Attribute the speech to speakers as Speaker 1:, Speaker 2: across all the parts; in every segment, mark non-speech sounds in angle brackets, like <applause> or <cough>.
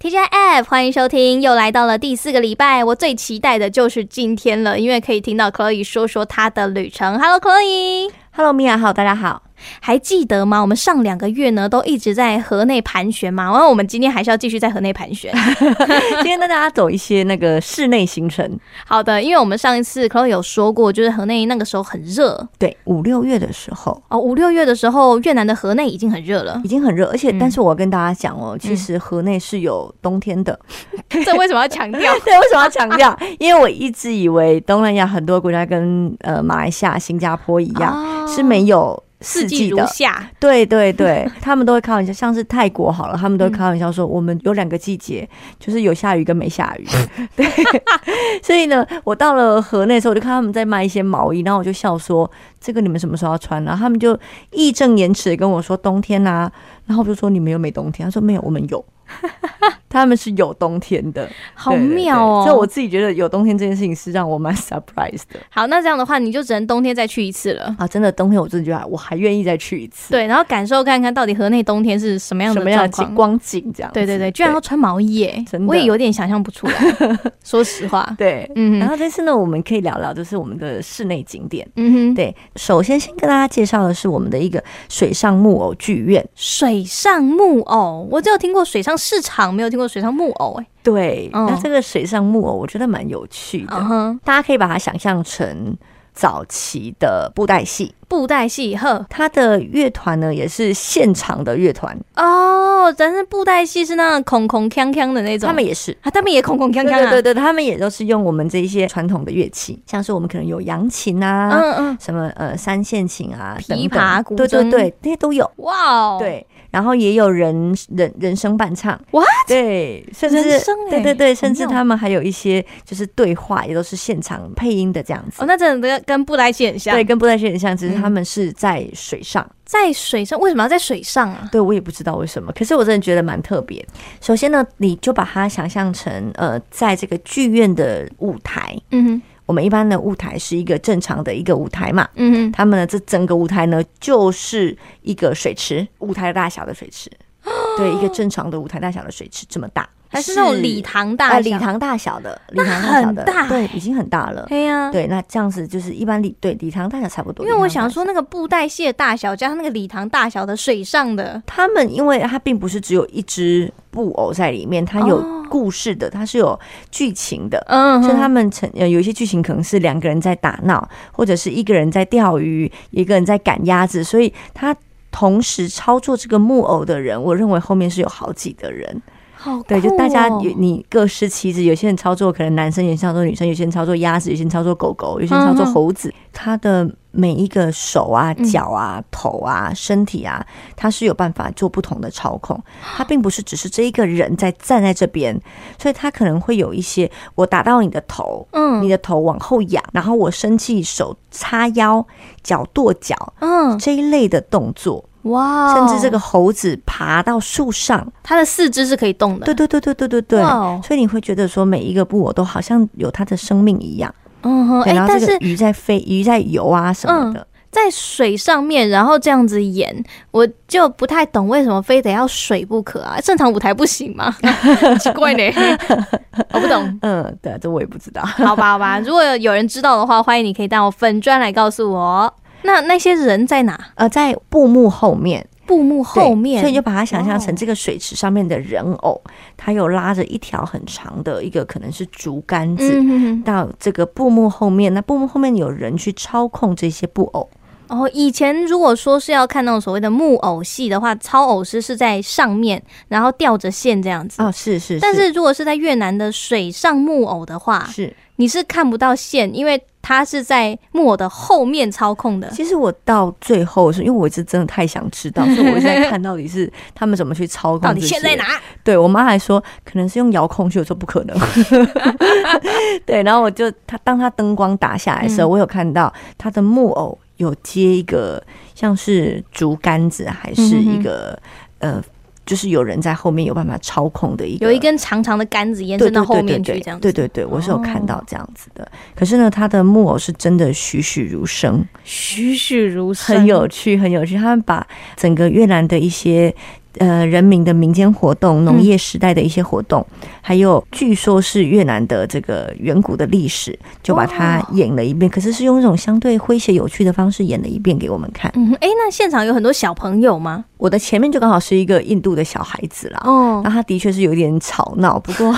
Speaker 1: TJ App，欢迎收听，又来到了第四个礼拜，我最期待的就是今天了，因为可以听到 Chloe 说说她的旅程。Hello，Chloe，
Speaker 2: Hello，米娅好，大家
Speaker 1: <laughs>
Speaker 2: 好。
Speaker 1: 还记得吗？我们上两个月呢都一直在河内盘旋嘛，然后我们今天还是要继续在河内盘 <laughs> 旋。
Speaker 2: 今天带大家走一些那个室内行程，
Speaker 1: 好的，因为我们上一次 Chloe 有说过，就是河内那个时候很热
Speaker 2: 对，五六月的时候
Speaker 1: 哦，五六月的时候，越南的河内已经很热了
Speaker 2: 已，经很热，而且、
Speaker 1: 嗯
Speaker 2: 但是我要跟大家讲哦，其实河内是有冬天的。
Speaker 1: <laughs>
Speaker 2: <laughs>
Speaker 1: 这为什么要强 <laughs> 调？
Speaker 2: 对，为什么要强
Speaker 1: <laughs>
Speaker 2: 调？因为我一直以为东南亚很多国家跟呃马来西亚、新加坡一样、
Speaker 1: 哦
Speaker 2: 是没有。
Speaker 1: 四
Speaker 2: 四
Speaker 1: 季
Speaker 2: 季
Speaker 1: 如
Speaker 2: 的，
Speaker 1: 夏，
Speaker 2: 对对 <laughs> 对，他们都会开玩笑，像是泰国好了，他们都会开玩笑说，我们有两个季节，就是有下雨跟没下 <laughs> 雨。对，所以呢，我到了河内的时候，我就看他们在卖一些毛衣，然后我就笑说，这个你们什么时候要穿？然后他们就义正言辞的跟我说冬天啊，然后我就说你们又没冬天，他说没有，我们 <laughs> 有。他们是有冬天的，
Speaker 1: 好
Speaker 2: 对对对
Speaker 1: 妙哦！
Speaker 2: 所以我自己觉得有冬天这件事情是让我蛮 <laughs> surprise 的
Speaker 1: 好，那这样的话，你就只能冬天再去一次了。
Speaker 2: 啊！真的，冬天我真的觉得我还愿意再去一次，
Speaker 1: 对，然后感受看看到底河内冬天是什么样
Speaker 2: 什
Speaker 1: 的
Speaker 2: 么样的
Speaker 1: 状
Speaker 2: 景
Speaker 1: 况。
Speaker 2: 光景这样子？
Speaker 1: 对对对，居然要穿毛衣耶，
Speaker 2: 真的
Speaker 1: 我也有点想象不出
Speaker 2: <laughs>
Speaker 1: 来。说实话，
Speaker 2: 对。啊
Speaker 1: 嗯
Speaker 2: 然
Speaker 1: 哼
Speaker 2: 后这次呢，我们可以聊聊就是我们的室内景点。
Speaker 1: 嗯哼，
Speaker 2: 对，首先先跟大家介绍的是我们的一个水上木偶剧院。
Speaker 1: 水上木偶，我只有听过水上市场，没有听过水上木偶。哎，
Speaker 2: 对，
Speaker 1: 嗯
Speaker 2: 那这个水上木偶我觉得蛮有趣的，
Speaker 1: 嗯哼，
Speaker 2: 大家可以把它想象成早期的布袋戏。
Speaker 1: 布袋戏呵，
Speaker 2: 它的乐团呢也是现场的乐团，
Speaker 1: 哦，但是布袋戏是那种孔孔锵锵的那种，
Speaker 2: 他们也是。
Speaker 1: 啊，他们也孔孔锵锵
Speaker 2: 对对
Speaker 1: 啊，
Speaker 2: 对对，他们也都是用我们这一些传统的乐器，像是我们可能有扬琴啊，
Speaker 1: 嗯嗯，
Speaker 2: 什么呃三线琴啊，
Speaker 1: 琵
Speaker 2: 等等
Speaker 1: 琶古
Speaker 2: 对
Speaker 1: 筝
Speaker 2: 对对，那些都有。
Speaker 1: 哇哦，，
Speaker 2: 对，然后也有人人人声伴唱
Speaker 1: What？
Speaker 2: 对，甚
Speaker 1: 人
Speaker 2: 至、
Speaker 1: 声欸
Speaker 2: 对对对，甚
Speaker 1: 很
Speaker 2: 至
Speaker 1: 妙
Speaker 2: 他们还有一些就是对话，也都是现场配音的这样子。
Speaker 1: 哦，那真的跟跟布袋戏很像
Speaker 2: 对，，跟布袋戏很像，只是他
Speaker 1: 嗯
Speaker 2: 们是在水上。
Speaker 1: 在水上为什么要在水上啊？
Speaker 2: 对我也不知道为什么，可是我真的觉得蛮特别。首先呢，你就把它想象成呃，在这个剧院的舞台，
Speaker 1: 嗯哼，
Speaker 2: 我们一般的舞台是一个正常的一个舞台嘛，
Speaker 1: 嗯哼。
Speaker 2: 他们呢，这整个舞台呢就是一个水池，舞台大小的水池，对，一个正常的舞台大小的水池这么大，
Speaker 1: 还是那种礼堂大
Speaker 2: 呃
Speaker 1: 小
Speaker 2: 礼。堂大小的，礼堂大小
Speaker 1: 很
Speaker 2: 的，
Speaker 1: 大欸
Speaker 2: 对，已经很大了。
Speaker 1: 对呀、
Speaker 2: 对，那这样子就是一般礼对礼堂大小差不多。
Speaker 1: 因为我
Speaker 2: 礼堂
Speaker 1: 想
Speaker 2: 大小，
Speaker 1: 说那个布袋蟹大小加上那个礼堂大小的水上的，
Speaker 2: 他们因为它并不是只有一只布偶在里面，它有
Speaker 1: 哦
Speaker 2: 故事的，它是有剧情的。
Speaker 1: 嗯
Speaker 2: 所以他们成呃有一些剧情可能是两个人在打闹，或者是一个人在钓鱼，一个人在赶鸭子，所以他同时操作这个木偶的人，我认为后面是有好几个人。
Speaker 1: 好酷哦
Speaker 2: 对，就大家有你各司其职，有些人操作可能男生，有些人操作女生，有些人操作鸭子，有些人操作狗狗，有些人操作猴子。他的每一个手啊、
Speaker 1: 嗯
Speaker 2: 脚啊、头啊、身体啊，他是有办法做不同的操控。他并不是只是这一个人在站在这边，所以他可能会有一些我打到你的头，
Speaker 1: 嗯
Speaker 2: 你的头往后仰，然后我生气手叉腰、脚跺脚
Speaker 1: 嗯
Speaker 2: 这一类的动作，
Speaker 1: 哇
Speaker 2: 甚
Speaker 1: 哦，
Speaker 2: 至这个猴子爬到树上，
Speaker 1: 它的四肢是可以动的，
Speaker 2: 对对对对对对对
Speaker 1: 哇哦，
Speaker 2: 所以你会觉得说每一个布偶都好像有它的生命一样，
Speaker 1: 嗯哼，
Speaker 2: 对
Speaker 1: 哎、
Speaker 2: 然后
Speaker 1: 但
Speaker 2: 这个
Speaker 1: 是
Speaker 2: 鱼在飞、鱼在游啊什么的，
Speaker 1: 在水上面，然后这样子演，我就不太懂为什么非得要水不可啊？正常舞台不行吗？ <laughs> 奇怪呢， <laughs> 我不懂。
Speaker 2: 嗯，对，这我也不知道。
Speaker 1: 好吧，好吧，如果有人知道的话，欢迎你可以到粉砖来告诉我。哦那那些人在哪？
Speaker 2: 呃，在布幕后面，
Speaker 1: 布幕
Speaker 2: 对
Speaker 1: 后面，
Speaker 2: 所以你就把它想象
Speaker 1: 哇
Speaker 2: 成
Speaker 1: 哦
Speaker 2: 这个水池上面的人偶，它有拉着一条很长的一个可能是竹竿子，
Speaker 1: 嗯哼哼
Speaker 2: 到这个布幕后面，那布幕后面有人去操控这些布偶，
Speaker 1: 哦，以前如果说是要看那种所谓的木偶戏的话，操偶师是在上面，然后吊着线这样子。
Speaker 2: 哦，是是
Speaker 1: 但是如果是在越南的水上木偶的话，
Speaker 2: 是。
Speaker 1: 你是看不到线，因为它是在木偶的后面操控的。
Speaker 2: 其实我到最后是因为我是真的太想知道，所以我一直在看到底是他们怎么去操控。
Speaker 1: 到底线在？哪？
Speaker 2: 对我妈还说可能是用遥控器，我说不可
Speaker 1: <laughs>
Speaker 2: 能。对，然后我就他当他灯光打下来的时候，
Speaker 1: 嗯
Speaker 2: 我有看到他的木偶有接一个像是竹竿子，还
Speaker 1: 嗯
Speaker 2: 是一个、呃，就是有人在后面有办法操控的一个
Speaker 1: 有一根长长的杆子延
Speaker 2: 对
Speaker 1: 伸
Speaker 2: 对
Speaker 1: 到后
Speaker 2: 对对
Speaker 1: 面
Speaker 2: 对
Speaker 1: 去，这样子。
Speaker 2: 对对对，我是有
Speaker 1: 哦
Speaker 2: 看到这样子的。可是呢，他的木偶是真的栩栩如生，
Speaker 1: 栩栩如生，
Speaker 2: 很有趣，很有趣。他们把整个越南的一些。呃人民的民间活动、农业时代的一些活动，还有据说是越南的这个远古的历史，就把它演了一遍。可是是用一种相对诙谐有趣的方式演了一遍给我们看。
Speaker 1: 嗯哼，哎，那现场有很多小朋友吗？
Speaker 2: 我的前面就刚好是一个印度的小孩子啦，
Speaker 1: 哦
Speaker 2: 那，他的确是有点吵闹，不过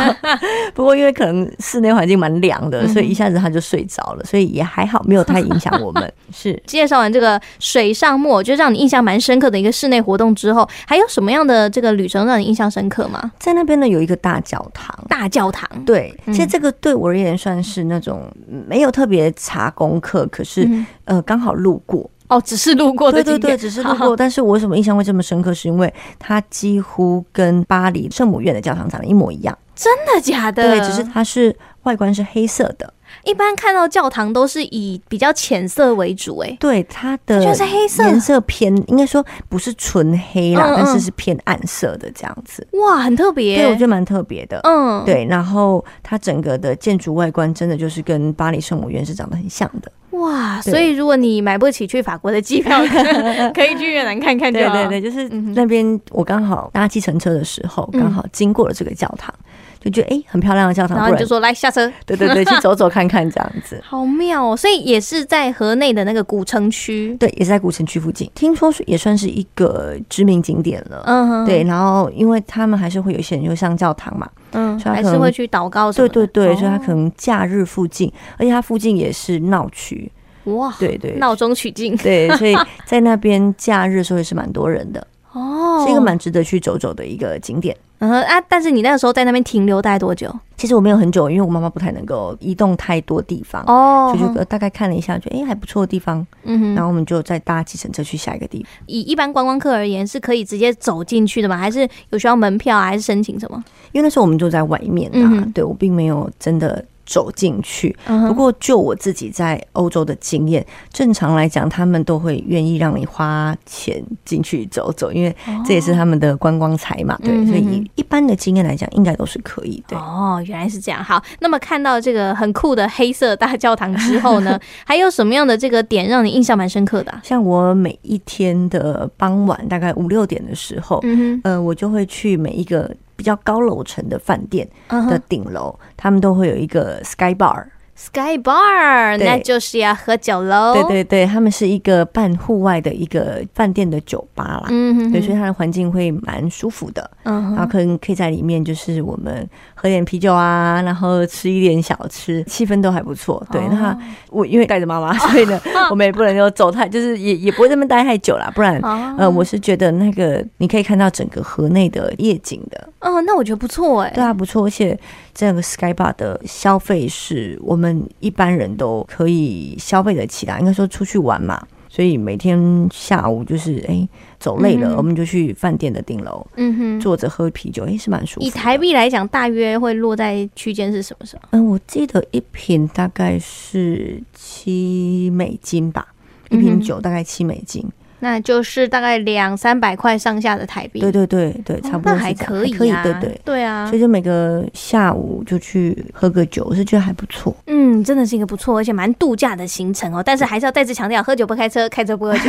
Speaker 2: 不过因为可能室内环境蛮凉的，所以一下子他就睡着了，所以也还好，没有太影响我们。是
Speaker 1: 介绍完这个水上木偶，就让你印象蛮深刻的一个室内活动之后，还有什么样的这个旅程让你印象深刻吗？
Speaker 2: 在那边呢有一个大教堂。
Speaker 1: 大教堂，
Speaker 2: 对，
Speaker 1: 嗯
Speaker 2: 其实这个对我而言算是那种嗯没有特别查功课，可是、
Speaker 1: 嗯
Speaker 2: 呃刚好路过，
Speaker 1: 哦，只是路过的
Speaker 2: 对
Speaker 1: 景
Speaker 2: 对
Speaker 1: 点，
Speaker 2: 对，只是路
Speaker 1: 好 <laughs>
Speaker 2: 过。但是我为什么印象会这么深刻，是因为它几乎跟巴黎圣母院的教堂长得一模一样，
Speaker 1: 真的假的？
Speaker 2: 对，只是它是外观是黑色的，
Speaker 1: 一般看到教堂都是以比较浅色为主、诶，
Speaker 2: 对，它
Speaker 1: 哎，
Speaker 2: 的
Speaker 1: 居然是黑色，
Speaker 2: 颜色偏，应该说不是纯黑啦，
Speaker 1: 嗯嗯
Speaker 2: 但是是偏暗色的这样子。
Speaker 1: 哇，很特别、
Speaker 2: 对，我觉得蛮特别的。
Speaker 1: 嗯，，
Speaker 2: 对，然后它整个的建筑外观真的就是跟巴黎圣母院是长得很像的。
Speaker 1: 哇，
Speaker 2: 对
Speaker 1: 所以如果你买不起去法国的机票， <laughs> 可以去越南看看就
Speaker 2: 对
Speaker 1: 好。
Speaker 2: 对对，就是
Speaker 1: 嗯哼
Speaker 2: 那边我刚好搭计程车的时候，
Speaker 1: 嗯
Speaker 2: 刚好经过了这个教堂，就觉得哎、诶很漂亮的教堂，
Speaker 1: 然后
Speaker 2: 不
Speaker 1: 你
Speaker 2: 然 <laughs>
Speaker 1: 就说来下车，
Speaker 2: 对对对，去走走看看这样
Speaker 1: <laughs>
Speaker 2: 子。
Speaker 1: 好妙哦！所以也是在河内的那个古城区，
Speaker 2: 对，也是在古城区附近，听说是也算是一个知名景点了。
Speaker 1: 嗯哼，
Speaker 2: 对，然后因为他们还是会有一些人就上教堂嘛，
Speaker 1: 嗯，
Speaker 2: 所以
Speaker 1: 还
Speaker 2: 他可
Speaker 1: 是
Speaker 2: 能
Speaker 1: 会去祷告什
Speaker 2: 对
Speaker 1: 么的。
Speaker 2: 对对，
Speaker 1: 哦
Speaker 2: 所以它可能假日附近，而且它附近也是闹区，
Speaker 1: 哇，
Speaker 2: 对对
Speaker 1: 闹中取静
Speaker 2: <laughs> 对，所以在那边假日的时候也是蛮多人的，
Speaker 1: <laughs> 哦，
Speaker 2: 是一个蛮值得去走走的一个景点。
Speaker 1: 嗯哼啊！但是你那个时候在那边停留大概多久？
Speaker 2: 其实我没有很久，因为我妈妈不太能够移动太多地方，
Speaker 1: 哦
Speaker 2: 所以就呃大概看了一下，觉得哎、还不错的地方，
Speaker 1: 嗯哼，
Speaker 2: 然后我们就再搭计程车去下一个地方。
Speaker 1: 以一般观光客而言，是可以直接走进去的吗？还是有需要门票啊，还是申请什么？
Speaker 2: 因为那时候我们就在外面啊，
Speaker 1: 嗯哼
Speaker 2: 对我并没有真的走进去。
Speaker 1: 嗯
Speaker 2: 不
Speaker 1: 哼，
Speaker 2: 过就我自己在欧洲的经验，正常来讲，他们都会愿意让你花钱进去走走，因为这也是他们的观光财嘛，对，
Speaker 1: 哦嗯
Speaker 2: 所以
Speaker 1: 嗯嗯
Speaker 2: 以一般的经验来讲，应该都是可以的。
Speaker 1: 哦，原来是这样。好，那么看到这个很酷的黑色大教堂之后
Speaker 2: <laughs>
Speaker 1: 呢，还有什么样的这个点让你印象蛮深刻的啊、
Speaker 2: 像我每一天的傍晚，大概五六点的时候，
Speaker 1: 嗯
Speaker 2: 呃，我就会去每一个比较高楼层的饭店
Speaker 1: 哼，嗯
Speaker 2: 的
Speaker 1: 哼
Speaker 2: 顶楼，他们都会有一个 sky bar，
Speaker 1: ，Sky Bar，
Speaker 2: 对
Speaker 1: 那就是要喝酒喽。
Speaker 2: 对，对对，他们是一个半户外的一个饭店的酒吧啦。
Speaker 1: 嗯哼，
Speaker 2: 对，所以它的环境会蛮舒服的，
Speaker 1: 嗯
Speaker 2: 然后
Speaker 1: 哼，
Speaker 2: 可能可以在里面，就是我们喝点啤酒啊，然后吃一点小吃，气氛都还不错。
Speaker 1: 哦
Speaker 2: 对，那我因为带着
Speaker 1: <laughs>
Speaker 2: 妈妈，所以呢，
Speaker 1: 嗯
Speaker 2: 我们也不能够走太，就是 <laughs> 也也不会这么待太久啦，不然，
Speaker 1: 哦，
Speaker 2: 呃，我是觉得那个你可以看到整个河内的夜景的，
Speaker 1: 哦，那我觉得不错哎。
Speaker 2: 呃对啊，不错，而且这个 Sky Bar 的消费是我们一般人都可以消费得起啦，应该说出去玩嘛。所以每天下午就是哎、走累了，
Speaker 1: 嗯
Speaker 2: 我们就去饭店的顶楼
Speaker 1: 嗯哼，
Speaker 2: 坐着喝啤酒，哎、是蛮舒服的。
Speaker 1: 以台币来讲，大约会落在区间是什么时候？
Speaker 2: 嗯，我记得一瓶大概是七美金吧，一
Speaker 1: 嗯
Speaker 2: 瓶
Speaker 1: 哼
Speaker 2: 酒大概七美金。
Speaker 1: 那就是大概两三百块上下的台币。哦
Speaker 2: 对对对对，差不多
Speaker 1: 那
Speaker 2: 是
Speaker 1: 还
Speaker 2: 这样
Speaker 1: 可以、啊，
Speaker 2: 可以，对对。
Speaker 1: 啊
Speaker 2: 所，以就每个下午就去喝个酒，我是觉得还不错。
Speaker 1: 嗯，真的是一个不错而且蛮度假的行程哦。但是还是要再次强调，喝酒不开车，开车不喝
Speaker 2: <laughs>
Speaker 1: 酒。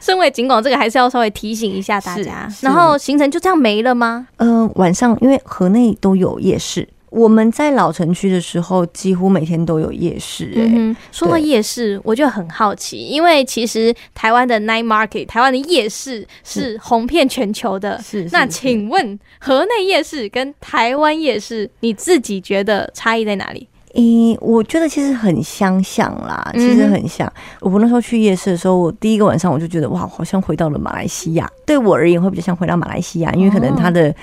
Speaker 1: 身为警广，这个还是要稍微提醒一下大家
Speaker 2: 是。是
Speaker 1: 然后行程就这样没了吗？
Speaker 2: 呃，晚上因为河内都有夜市，我们在老城区的时候几乎每天都有夜市、欸。
Speaker 1: 嗯哼，说到
Speaker 2: 对
Speaker 1: 夜市，我就很好奇，因为其实台湾的 night market，台湾的夜市是红遍全球的。
Speaker 2: 嗯是
Speaker 1: 那
Speaker 2: 是
Speaker 1: 请问河内夜市跟台湾夜市，你自己觉得差异在哪里？
Speaker 2: 诶、我觉得其实很相像啦，其实
Speaker 1: 嗯哼
Speaker 2: 很像。我那时候去夜市的时候，我第一个晚上我就觉得哇，好像回到了马来西亚。对我而言会比较像回到马来西亚，因为可能它
Speaker 1: 哦
Speaker 2: 的、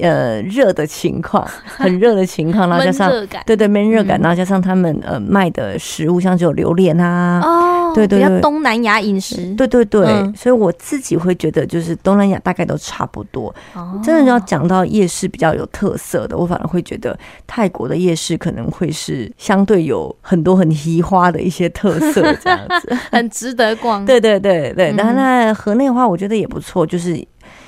Speaker 2: 呃热的
Speaker 1: <laughs>
Speaker 2: 情况，很热的情况，然后
Speaker 1: 闷
Speaker 2: 哦加上
Speaker 1: 热感
Speaker 2: 对对闷热感，
Speaker 1: 嗯
Speaker 2: 然后加上他们呃卖的食物，像只有榴莲啊。
Speaker 1: 哦，
Speaker 2: 对对
Speaker 1: 比较
Speaker 2: 对
Speaker 1: 东南亚饮食，
Speaker 2: 对对对，
Speaker 1: 嗯
Speaker 2: 所以我自己会觉得，就是东南亚大概都差不多，
Speaker 1: 哦，
Speaker 2: 真的要讲到夜市比较有特色的，我反而会觉得泰国的夜市可能会是相对有很多很奇花的一些特
Speaker 1: <laughs>
Speaker 2: 色这样子。
Speaker 1: 很值得逛。
Speaker 2: 对对对对，
Speaker 1: 嗯
Speaker 2: 那那河内的话，我觉得也不错，就是。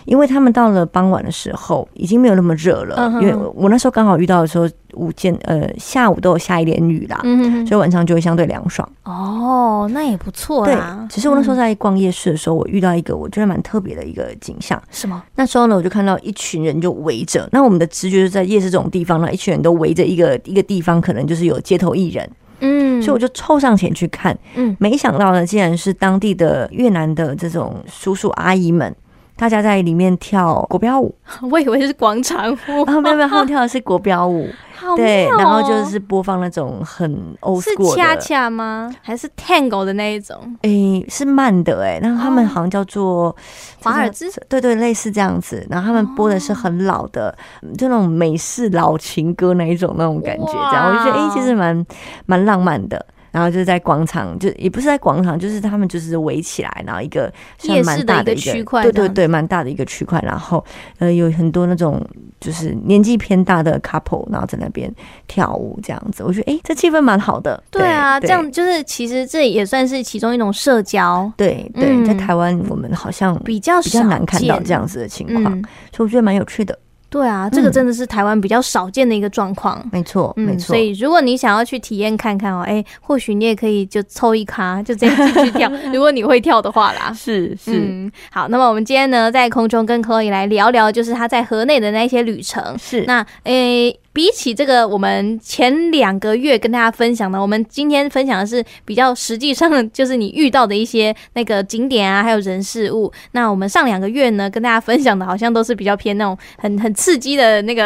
Speaker 2: 因为他们到了傍晚的时候，已经没有那么热了。
Speaker 1: 嗯哼
Speaker 2: 因为我那时候刚好遇到的时候，午间呃下午都有下一点雨啦，
Speaker 1: 嗯哼哼
Speaker 2: 所以晚上就会相对凉爽。
Speaker 1: 哦，那也不错
Speaker 2: 对
Speaker 1: 啦，。
Speaker 2: 只是我那时候
Speaker 1: 嗯
Speaker 2: 在逛夜市的时候，我遇到一个我觉得蛮特别的一个景象。
Speaker 1: 什么？
Speaker 2: 那时候呢，我就看到一群人就围着，那我们的直觉就在夜市这种地方，那一群人都围着一个一个地方，可能就是有街头艺人，
Speaker 1: 嗯，
Speaker 2: 所以我就凑上前去看，
Speaker 1: 嗯 <laughs>
Speaker 2: 没想到呢，竟然是当地的越南的这种叔叔阿姨们。大家在里面跳国
Speaker 1: <laughs>
Speaker 2: 标舞
Speaker 1: 我以为是广场舞，
Speaker 2: 啊，没有没有，他们跳的是国标舞，
Speaker 1: 好
Speaker 2: 对，
Speaker 1: 妙哦
Speaker 2: 然后就是播放那种很 old
Speaker 1: 是
Speaker 2: school
Speaker 1: 恰
Speaker 2: 的，
Speaker 1: 恰吗？还是 Tango 的那一种？
Speaker 2: 诶、是慢的诶、那他们好像叫做
Speaker 1: 哦华尔兹
Speaker 2: 对对，类似这样子。然后他们播的是很老的，嗯就那种美式老情歌那一种那种感觉，这样我就觉得哎、
Speaker 1: 哦哇
Speaker 2: 诶其实蛮蛮浪漫的。然后就是在广场，就也不是在广场，就是他们就是围起来，然后一个像
Speaker 1: 夜市
Speaker 2: 蛮
Speaker 1: 的
Speaker 2: 大
Speaker 1: 一个
Speaker 2: 的
Speaker 1: 区块
Speaker 2: 对
Speaker 1: 这
Speaker 2: 对
Speaker 1: 样子
Speaker 2: 对，蛮大的一个区块。然后呃，有很多那种就是年纪偏大的 couple，然后在那边跳舞这样子，我觉得哎、诶这气氛蛮好的。
Speaker 1: 对啊，
Speaker 2: 对
Speaker 1: 这样就是其实这也算是其中一种社交，
Speaker 2: 对对，在
Speaker 1: 嗯
Speaker 2: 台湾我们好像比
Speaker 1: 比较
Speaker 2: 较难看
Speaker 1: 少
Speaker 2: 到
Speaker 1: 见
Speaker 2: 这样子的情况，
Speaker 1: 嗯，
Speaker 2: 所以我觉得蛮有趣的。
Speaker 1: 对啊，这个
Speaker 2: 嗯
Speaker 1: 真的是台湾比较少见的一个状况。
Speaker 2: 没错，没
Speaker 1: 嗯，
Speaker 2: 错
Speaker 1: 所。以如果你想要去体验看看哦，哎、或许你也可以就凑一咖，就直接进
Speaker 2: <laughs>
Speaker 1: 去跳，如果你会跳的话啦。
Speaker 2: 是
Speaker 1: 啊嗯，好，那么我们今天呢，在空中跟 Chloe 来聊聊，就是她在河内的那些旅程。
Speaker 2: 是，
Speaker 1: 那诶、比起这个我们前两个月跟大家分享的，我们今天分享的是比较实际上的，就是你遇到的一些那个景点啊，还有人事物。那我们上两个月呢，跟大家分享的好像都是比较偏那种很很刺激的那个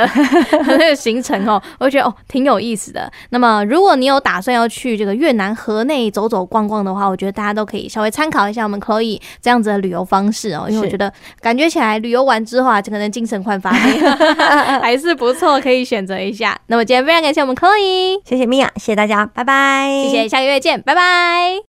Speaker 1: 那个 <laughs> 行程哦，我觉得哦挺有意思的。那么如果你有打算要去这个越南河内走走逛逛的话，我觉得大家都可以稍微参考一下我们 Chloe 这样子的旅游方式哦，因为我
Speaker 2: 是
Speaker 1: 觉得感觉起来旅游完之后啊，就可能精神焕发，还是不错，可以选择一下。那么今天非常感谢我们 Chloe，
Speaker 2: 谢谢米娅，谢谢大家，拜拜，
Speaker 1: 谢谢，下个月见，拜拜。